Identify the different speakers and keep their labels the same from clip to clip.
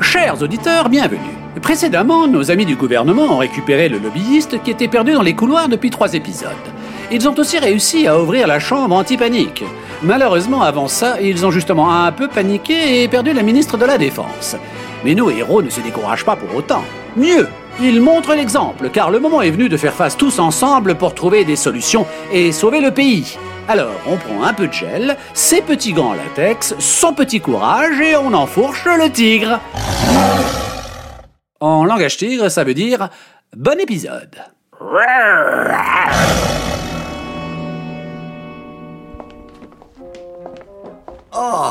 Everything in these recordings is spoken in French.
Speaker 1: Chers auditeurs, bienvenue. Précédemment, nos amis du gouvernement ont récupéré le lobbyiste qui était perdu dans les couloirs depuis trois épisodes. Ils ont aussi réussi à ouvrir la chambre anti-panique. Malheureusement, avant ça, ils ont justement un peu paniqué et perdu la ministre de la Défense. Mais nos héros ne se découragent pas pour autant. Mieux, ils montrent l'exemple, car le moment est venu de faire face tous ensemble pour trouver des solutions et sauver le pays. Alors, on prend un peu de gel, ses petits gants en latex, son petit courage et on enfourche le tigre. En langage tigre, ça veut dire bon épisode.
Speaker 2: Oh,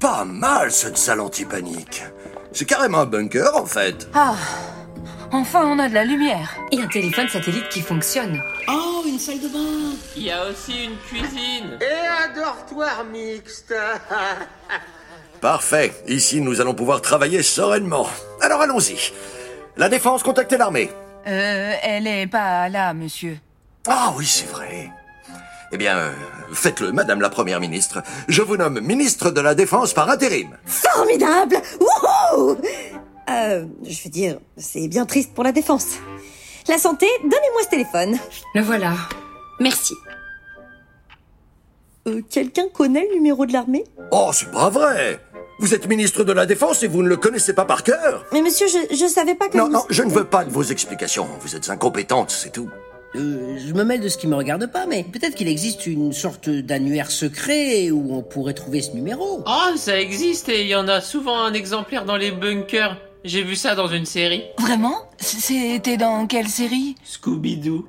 Speaker 2: pas mal cette salle anti-panique. C'est carrément un bunker en fait.
Speaker 3: Ah Enfin, on a de la lumière.
Speaker 4: et un téléphone satellite qui fonctionne.
Speaker 5: Oh, une salle de bain
Speaker 6: Il y a aussi une cuisine.
Speaker 7: Et un dortoir mixte.
Speaker 2: Parfait. Ici, nous allons pouvoir travailler sereinement. Alors allons-y. La défense, contactez l'armée.
Speaker 3: Euh, elle est pas là, monsieur.
Speaker 2: Ah oui, c'est vrai. Eh bien, euh, faites-le, Madame la Première ministre. Je vous nomme ministre de la Défense par intérim.
Speaker 5: Formidable Wouhou Euh, je veux dire, c'est bien triste pour la défense. La santé, donnez-moi ce téléphone.
Speaker 4: Le voilà. Merci.
Speaker 5: Euh, Quelqu'un connaît le numéro de l'armée
Speaker 2: Oh, c'est pas vrai. Vous êtes ministre de la Défense et vous ne le connaissez pas par cœur.
Speaker 5: Mais monsieur, je, je savais pas que...
Speaker 2: Non,
Speaker 5: vous-
Speaker 2: non, je ne veux pas de vos explications. Vous êtes incompétente, c'est tout.
Speaker 8: Euh, je me mêle de ce qui me regarde pas, mais peut-être qu'il existe une sorte d'annuaire secret où on pourrait trouver ce numéro.
Speaker 6: Ah, ça existe et il y en a souvent un exemplaire dans les bunkers. J'ai vu ça dans une série.
Speaker 3: Vraiment C'était dans quelle série
Speaker 6: Scooby-Doo.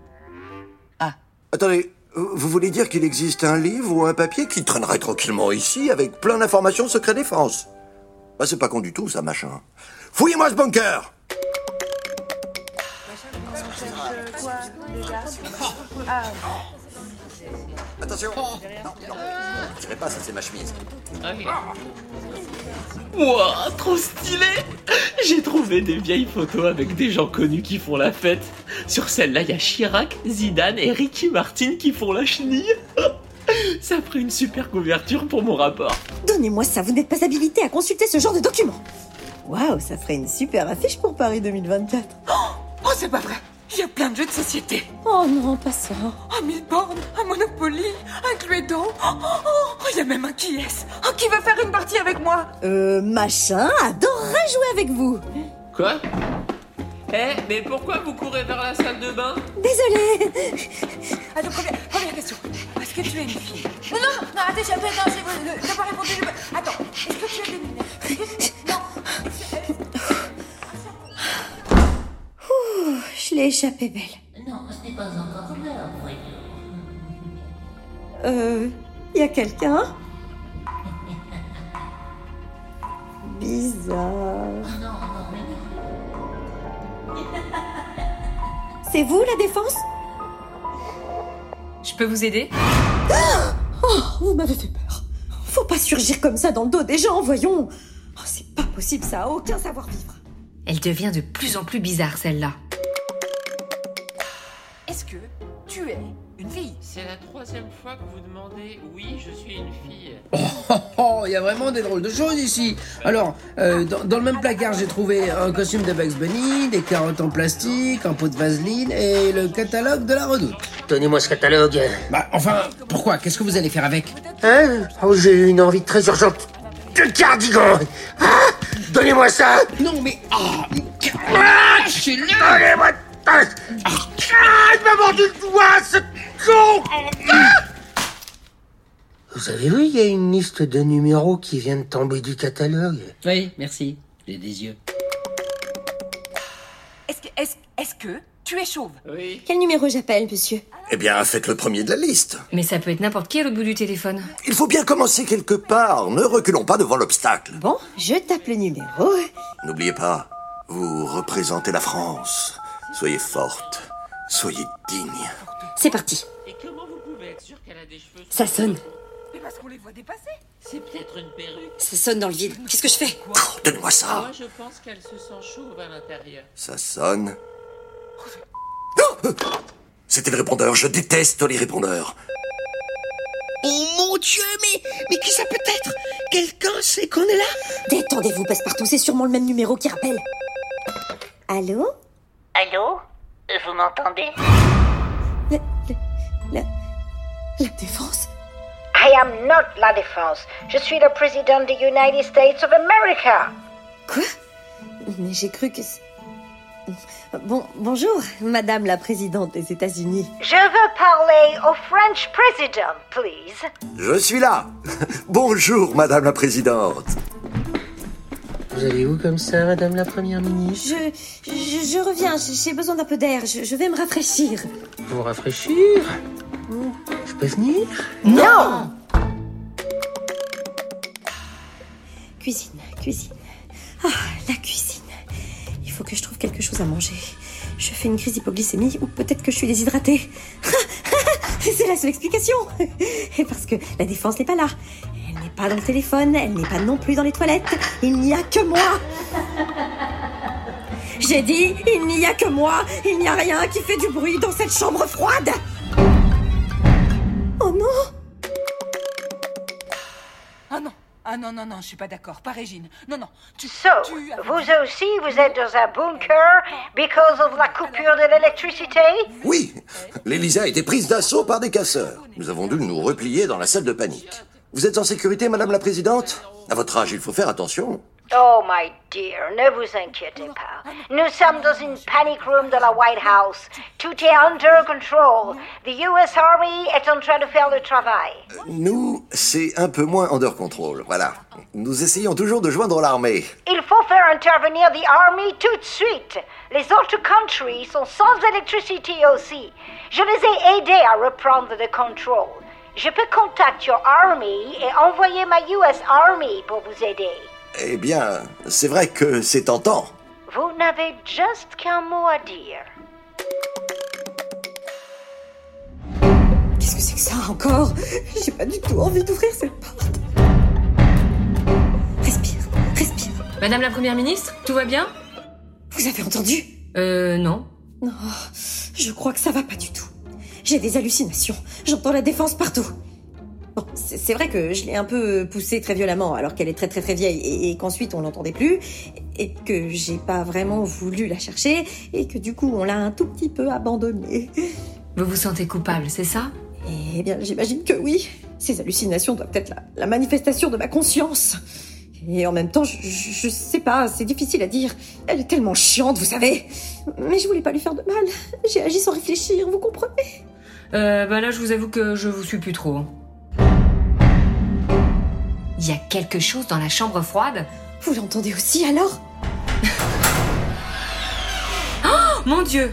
Speaker 2: Attendez, euh, vous voulez dire qu'il existe un livre ou un papier qui traînerait tranquillement ici avec plein d'informations secret défense Bah c'est pas con du tout ça machin. Fouillez-moi ce bunker Attention Non, non, tirez pas, ça c'est ma chemise.
Speaker 6: Ok. Ouah, trop stylé J'ai trouvé des vieilles photos avec des gens connus qui font la fête. Sur celle-là, il y a Chirac, Zidane et Ricky Martin qui font la chenille. Ça a pris une super couverture pour mon rapport.
Speaker 5: Donnez-moi ça, vous n'êtes pas habilité à consulter ce genre de document. Waouh, ça ferait une super affiche pour Paris 2024.
Speaker 9: Oh, c'est pas vrai Il y a plein de jeux de société.
Speaker 5: Oh non, pas ça.
Speaker 9: Un mille bornes, un Monopoly, un Cluedo. Oh, oh, oh, il y a même un qui est Oh, qui veut faire une partie avec moi
Speaker 5: Euh, machin adorerait jouer avec vous.
Speaker 6: Quoi Eh, mais pourquoi vous courez vers la salle de bain
Speaker 5: Désolée.
Speaker 9: Alors, Ah, première, première question. Est-ce que tu es une fille Non, non, non, attends, j'ai attends, j'ai- j'ai pas répondu. j'ai pas- Attends, est-ce que tu as des lunettes Est-ce que tu- Non. Est-ce que-
Speaker 5: Je l'ai échappé belle. Non, ce n'est pas encore l'heure, Euh, y a quelqu'un Bizarre. C'est vous la défense
Speaker 4: Je peux vous aider
Speaker 5: Ah Oh, Vous m'avez fait peur. Faut pas surgir comme ça dans le dos des gens, voyons. Oh, c'est pas possible, ça a aucun savoir-vivre.
Speaker 4: Elle devient de plus en plus bizarre, celle-là.
Speaker 9: Est-ce que tu es une fille
Speaker 6: C'est la troisième fois que vous demandez oui, je suis une fille.
Speaker 8: Oh, il y a vraiment des drôles de choses ici. Alors, euh, dans, dans le même placard, j'ai trouvé un costume de Bugs Bunny, des carottes en plastique, un pot de vaseline et le catalogue de la redoute.
Speaker 10: Donnez-moi ce catalogue.
Speaker 8: Bah, enfin, pourquoi Qu'est-ce que vous allez faire avec
Speaker 10: Hein Oh, j'ai eu une envie très urgente de cardigan. Ah Donnez-moi ça.
Speaker 8: Non, mais... Ah,
Speaker 10: Ah
Speaker 8: c'est nul
Speaker 10: Donnez-moi ça. Ah, il m'a mordu le doigt, ce con. Ah Vous avez vu, il y a une liste de numéros qui vient de tomber du catalogue.
Speaker 8: Oui, merci. J'ai des yeux.
Speaker 9: Est-ce que, est-ce, est-ce que tu es chauve
Speaker 6: Oui.
Speaker 5: Quel numéro j'appelle, monsieur
Speaker 2: Eh bien faites le premier de la liste.
Speaker 4: Mais ça peut être n'importe qui à l'autre bout du téléphone.
Speaker 2: Il faut bien commencer quelque part, ne reculons pas devant l'obstacle.
Speaker 5: Bon, je tape le numéro.
Speaker 2: N'oubliez pas, vous représentez la France. Soyez forte, soyez digne.
Speaker 5: C'est parti.
Speaker 6: Et comment vous pouvez être sûr qu'elle a des cheveux
Speaker 5: Ça sonne.
Speaker 9: Mais parce qu'on les voit dépasser.
Speaker 6: C'est peut-être une perruque.
Speaker 5: Ça sonne dans le vide. Qu'est-ce que je fais
Speaker 2: Oh, Donne-moi ça.
Speaker 11: Ah.
Speaker 6: Moi, je pense qu'elle se sent chauve à l'intérieur.
Speaker 2: Ça sonne. Ah Non C'était le répondeur, je déteste les répondeurs.
Speaker 10: Oh mon Dieu, mais, mais qui ça peut être Quelqu'un sait qu'on est là
Speaker 5: Détendez-vous, Passepartout, c'est sûrement le même numéro qui rappelle. Allô
Speaker 12: Allô Vous m'entendez
Speaker 5: La défense
Speaker 12: I am not la défense. Je suis le président des United States of America.
Speaker 5: Quoi Mais j'ai cru que... c'est- Bon, bonjour, Madame la Présidente des États-Unis.
Speaker 12: Je veux parler au French president, please.
Speaker 2: Je suis là. Bonjour, Madame la Présidente.
Speaker 10: Vous allez où comme ça, Madame la Première Ministre
Speaker 5: Je, je, je reviens, j'ai j'ai besoin d'un peu d'air, je, je vais me rafraîchir.
Speaker 10: Vous rafraîchir Je peux venir
Speaker 5: Non Cuisine, cuisine. Ah, la cuisine. Il faut que je trouve quelque chose à manger. Je fais une crise d'hypoglycémie ou peut-être que je suis déshydratée. C'est la seule explication. Et parce que la défense n'est pas là. Elle n'est pas dans le téléphone, elle n'est pas non plus dans les toilettes. Il n'y a que moi. J'ai dit, il n'y a que moi. Il n'y a rien qui fait du bruit dans cette chambre froide. Oh non
Speaker 3: Ah non, ah non, non, non, je suis pas d'accord. Pas Régine. Non, non, tu...
Speaker 12: So,
Speaker 3: tu-
Speaker 12: vous aussi, vous êtes dans un bunker because of la coupure de l'électricité
Speaker 2: Oui, l'Élysée a été prise d'assaut par des casseurs. Nous avons dû nous replier dans la salle de panique. Vous êtes en sécurité, Madame la Présidente À votre âge, il faut faire attention.
Speaker 12: Oh, my dear, ne vous inquiétez pas. Nous sommes dans une panic room de la White House. Tout est under control. The US Army est en train de faire le travail.
Speaker 2: Nous, c'est un peu moins under control, voilà. Nous essayons toujours de joindre l'armée.
Speaker 12: Il faut faire intervenir the Army tout de suite. Les autres countries sont sans électricité aussi. Je les ai aidés à reprendre le contrôle. Je peux contacter your Army et envoyer ma US Army pour vous aider.
Speaker 2: Eh bien, c'est vrai que c'est tentant.
Speaker 12: Vous n'avez juste qu'un mot à dire.
Speaker 5: Qu'est-ce que c'est que ça encore J'ai pas du tout envie d'ouvrir cette porte. Respire, respire.
Speaker 4: Madame la Première Ministre, tout va bien
Speaker 5: Vous avez entendu
Speaker 4: Euh, non.
Speaker 5: Non, je crois que ça va pas du tout. J'ai des hallucinations. J'entends la défense partout. Bon, c'est c'est vrai que je l'ai un peu poussée très violemment alors qu'elle est très très très vieille et, et qu'ensuite on l'entendait plus et que j'ai pas vraiment voulu la chercher et que du coup on l'a un tout petit peu abandonnée.
Speaker 4: Vous vous sentez coupable, c'est ça
Speaker 5: Eh bien, j'imagine que oui. Ces hallucinations doivent être la, la manifestation de ma conscience. Et en même temps, je, je- je sais pas, c'est difficile à dire. Elle est tellement chiante, vous savez. Mais je voulais pas lui faire de mal. J'ai agi sans réfléchir, vous comprenez
Speaker 4: Euh, bah là, je vous avoue que je vous suis plus trop. hein. Il y a quelque chose dans la chambre froide
Speaker 5: Vous l'entendez aussi alors
Speaker 4: Oh mon dieu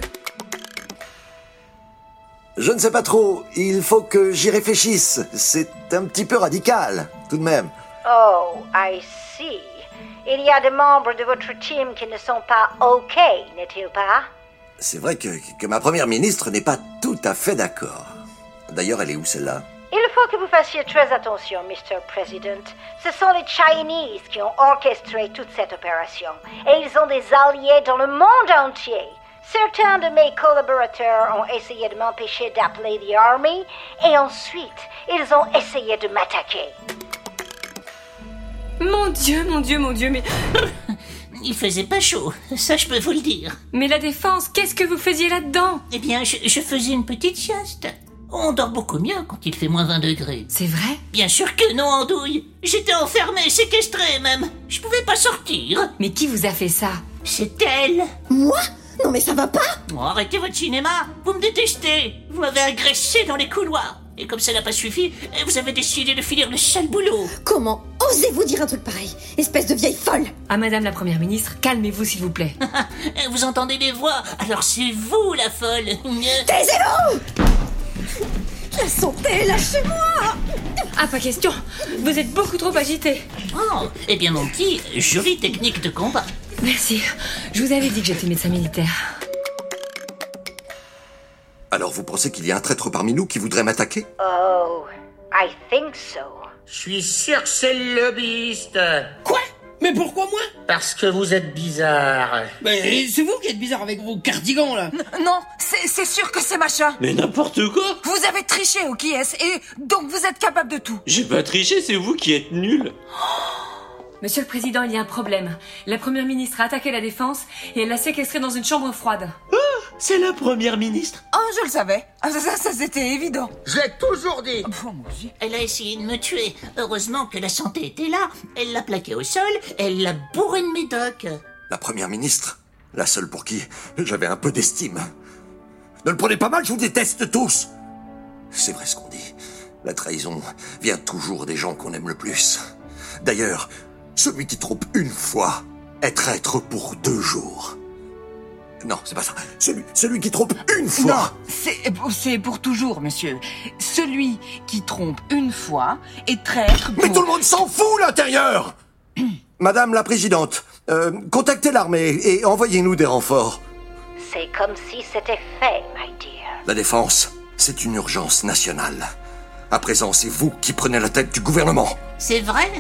Speaker 2: Je ne sais pas trop, il faut que j'y réfléchisse. C'est un petit peu radical, tout de même.
Speaker 12: Oh, I see. Il y a des membres de votre team qui ne sont pas OK, n'est-il pas?
Speaker 2: C'est vrai que, que ma première ministre n'est pas tout à fait d'accord. D'ailleurs, elle est où celle-là
Speaker 12: Il faut que vous fassiez très attention, Mr. President. Ce sont les Chinese qui ont orchestré toute cette opération. Et ils ont des alliés dans le monde entier. Certains de mes collaborateurs ont essayé de m'empêcher d'appeler the Army. Et ensuite, ils ont essayé de m'attaquer.
Speaker 4: Mon dieu, mon dieu, mon dieu, mais...
Speaker 11: Il faisait pas chaud, ça je peux vous le dire.
Speaker 4: Mais la défense, qu'est-ce que vous faisiez là-dedans
Speaker 11: Eh bien, je, je faisais une petite sieste. On dort beaucoup mieux quand il fait moins 20 degrés.
Speaker 4: C'est vrai
Speaker 11: Bien sûr que non, Andouille. J'étais enfermée, séquestrée même. Je pouvais pas sortir.
Speaker 4: Mais qui vous a fait ça
Speaker 11: C'est elle.
Speaker 5: Moi Non mais ça va pas
Speaker 11: Oh, arrêtez votre cinéma. Vous me détestez. Vous m'avez agressée dans les couloirs. Et comme ça n'a pas suffi, eh, vous avez décidé de finir le sale boulot.
Speaker 5: Comment osez-vous dire un truc pareil Espèce de vieille folle
Speaker 4: Ah, madame la première ministre, calmez-vous s'il vous plaît.
Speaker 11: Vous entendez des voix Alors c'est vous la folle.
Speaker 5: Taisez-vous La santé, lâchez-moi
Speaker 4: Ah, pas question Vous êtes beaucoup trop agité.
Speaker 11: Oh, eh bien mon petit, jolie technique de combat.
Speaker 4: Merci. Je vous avais dit que j'étais médecin militaire.
Speaker 2: Alors vous pensez qu'il y a un traître parmi nous qui voudrait m'attaquer
Speaker 12: Oh, I think so.
Speaker 7: Je suis sûr que c'est le lobbyiste.
Speaker 11: Quoi
Speaker 8: Mais pourquoi moi
Speaker 10: Parce que vous êtes bizarre.
Speaker 8: Mais c'est vous qui êtes bizarre avec vos cardigans là
Speaker 3: Non, c'est c'est sûr que c'est machin.
Speaker 6: Mais n'importe quoi
Speaker 3: Vous avez triché au qui est et donc vous êtes capable de tout.
Speaker 6: J'ai pas triché, c'est vous qui êtes nul.
Speaker 4: Monsieur le Président, il y a un problème. La Première ministre a attaqué la défense et elle l'a séquestrée dans une chambre froide.
Speaker 6: c'est la Première ministre
Speaker 3: Oh, je le savais. Ah, ça, ça, ça, c'était évident.
Speaker 11: Je l'ai toujours dit Elle a essayé de me tuer. Heureusement que la santé était là. Elle l'a plaqué au sol, elle l'a bourré de médoc.
Speaker 2: La première ministre La seule pour qui j'avais un peu d'estime. Ne le prenez pas mal, je vous déteste tous C'est vrai ce qu'on dit. La trahison vient toujours des gens qu'on aime le plus. D'ailleurs, celui qui trompe une fois est traître pour deux jours. Non, c'est pas ça. Celui, celui qui trompe une fois
Speaker 3: Non, c'est pour- c'est pour toujours, monsieur. Celui qui trompe une fois est traître pour...
Speaker 2: Mais tout le monde s'en fout, l'intérieur Madame la Présidente, euh, contactez l'armée et envoyez-nous des renforts.
Speaker 12: C'est comme si c'était fait, my dear.
Speaker 2: La défense, c'est une urgence nationale. À présent, c'est vous qui prenez la tête du gouvernement.
Speaker 11: C'est vrai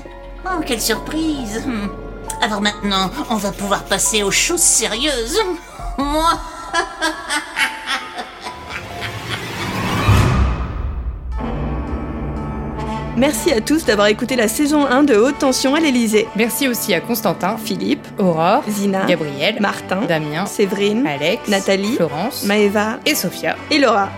Speaker 11: Oh, quelle surprise Hmm. Alors maintenant, on va pouvoir passer aux choses sérieuses. Moi
Speaker 13: Merci à tous d'avoir écouté la saison 1 de Haute Tension à l'Elysée. Merci aussi à Constantin, Philippe, Aurore, Zina, Gabriel, Martin, Damien, Séverine, Alex, Nathalie, Florence, Maëva et Sophia et Laura.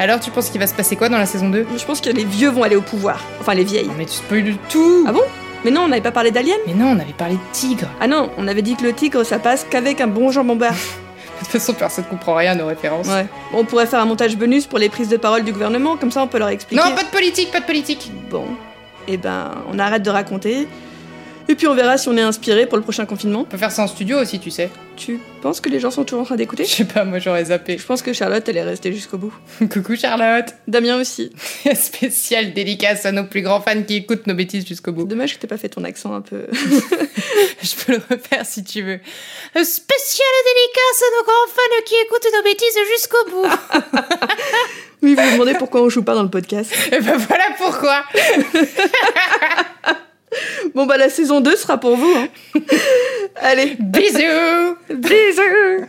Speaker 13: Alors tu penses qu'il va se passer quoi dans la saison 2 Je pense que les vieux vont aller au pouvoir. Enfin les vieilles. Mais tu spoiles tout Ah bon mais non, on n'avait pas parlé d'alien Mais non, on avait parlé de tigre. Ah non, on avait dit que le tigre, ça passe qu'avec un bon jambon beurre. de toute façon, personne comprend rien à nos références. Ouais. On pourrait faire un montage bonus pour les prises de parole du gouvernement, comme ça on peut leur expliquer.
Speaker 14: Non, pas de politique, pas de politique.
Speaker 13: Bon, et ben, on arrête de raconter. Et puis on verra si on est inspiré pour le prochain confinement. On peut faire ça en studio aussi, tu sais. Tu penses que les gens sont toujours en train d'écouter Je sais pas, moi j'aurais zappé. Je pense que Charlotte, elle est restée jusqu'au bout.
Speaker 14: Coucou Charlotte.
Speaker 13: Damien aussi.
Speaker 14: Spécial dédicace à nos plus grands fans qui écoutent nos bêtises jusqu'au bout.
Speaker 13: Dommage que t'aies pas fait ton accent un peu.
Speaker 14: Je peux le refaire si tu veux.
Speaker 13: Euh,
Speaker 15: Spécial dédicace à nos grands fans qui écoutent nos bêtises jusqu'au bout.
Speaker 13: Oui, vous vous demandez pourquoi on joue pas dans le podcast.
Speaker 14: Et ben voilà pourquoi
Speaker 13: Bon bah la saison 2 sera pour vous. hein. Allez.
Speaker 14: Bisous
Speaker 13: Bisous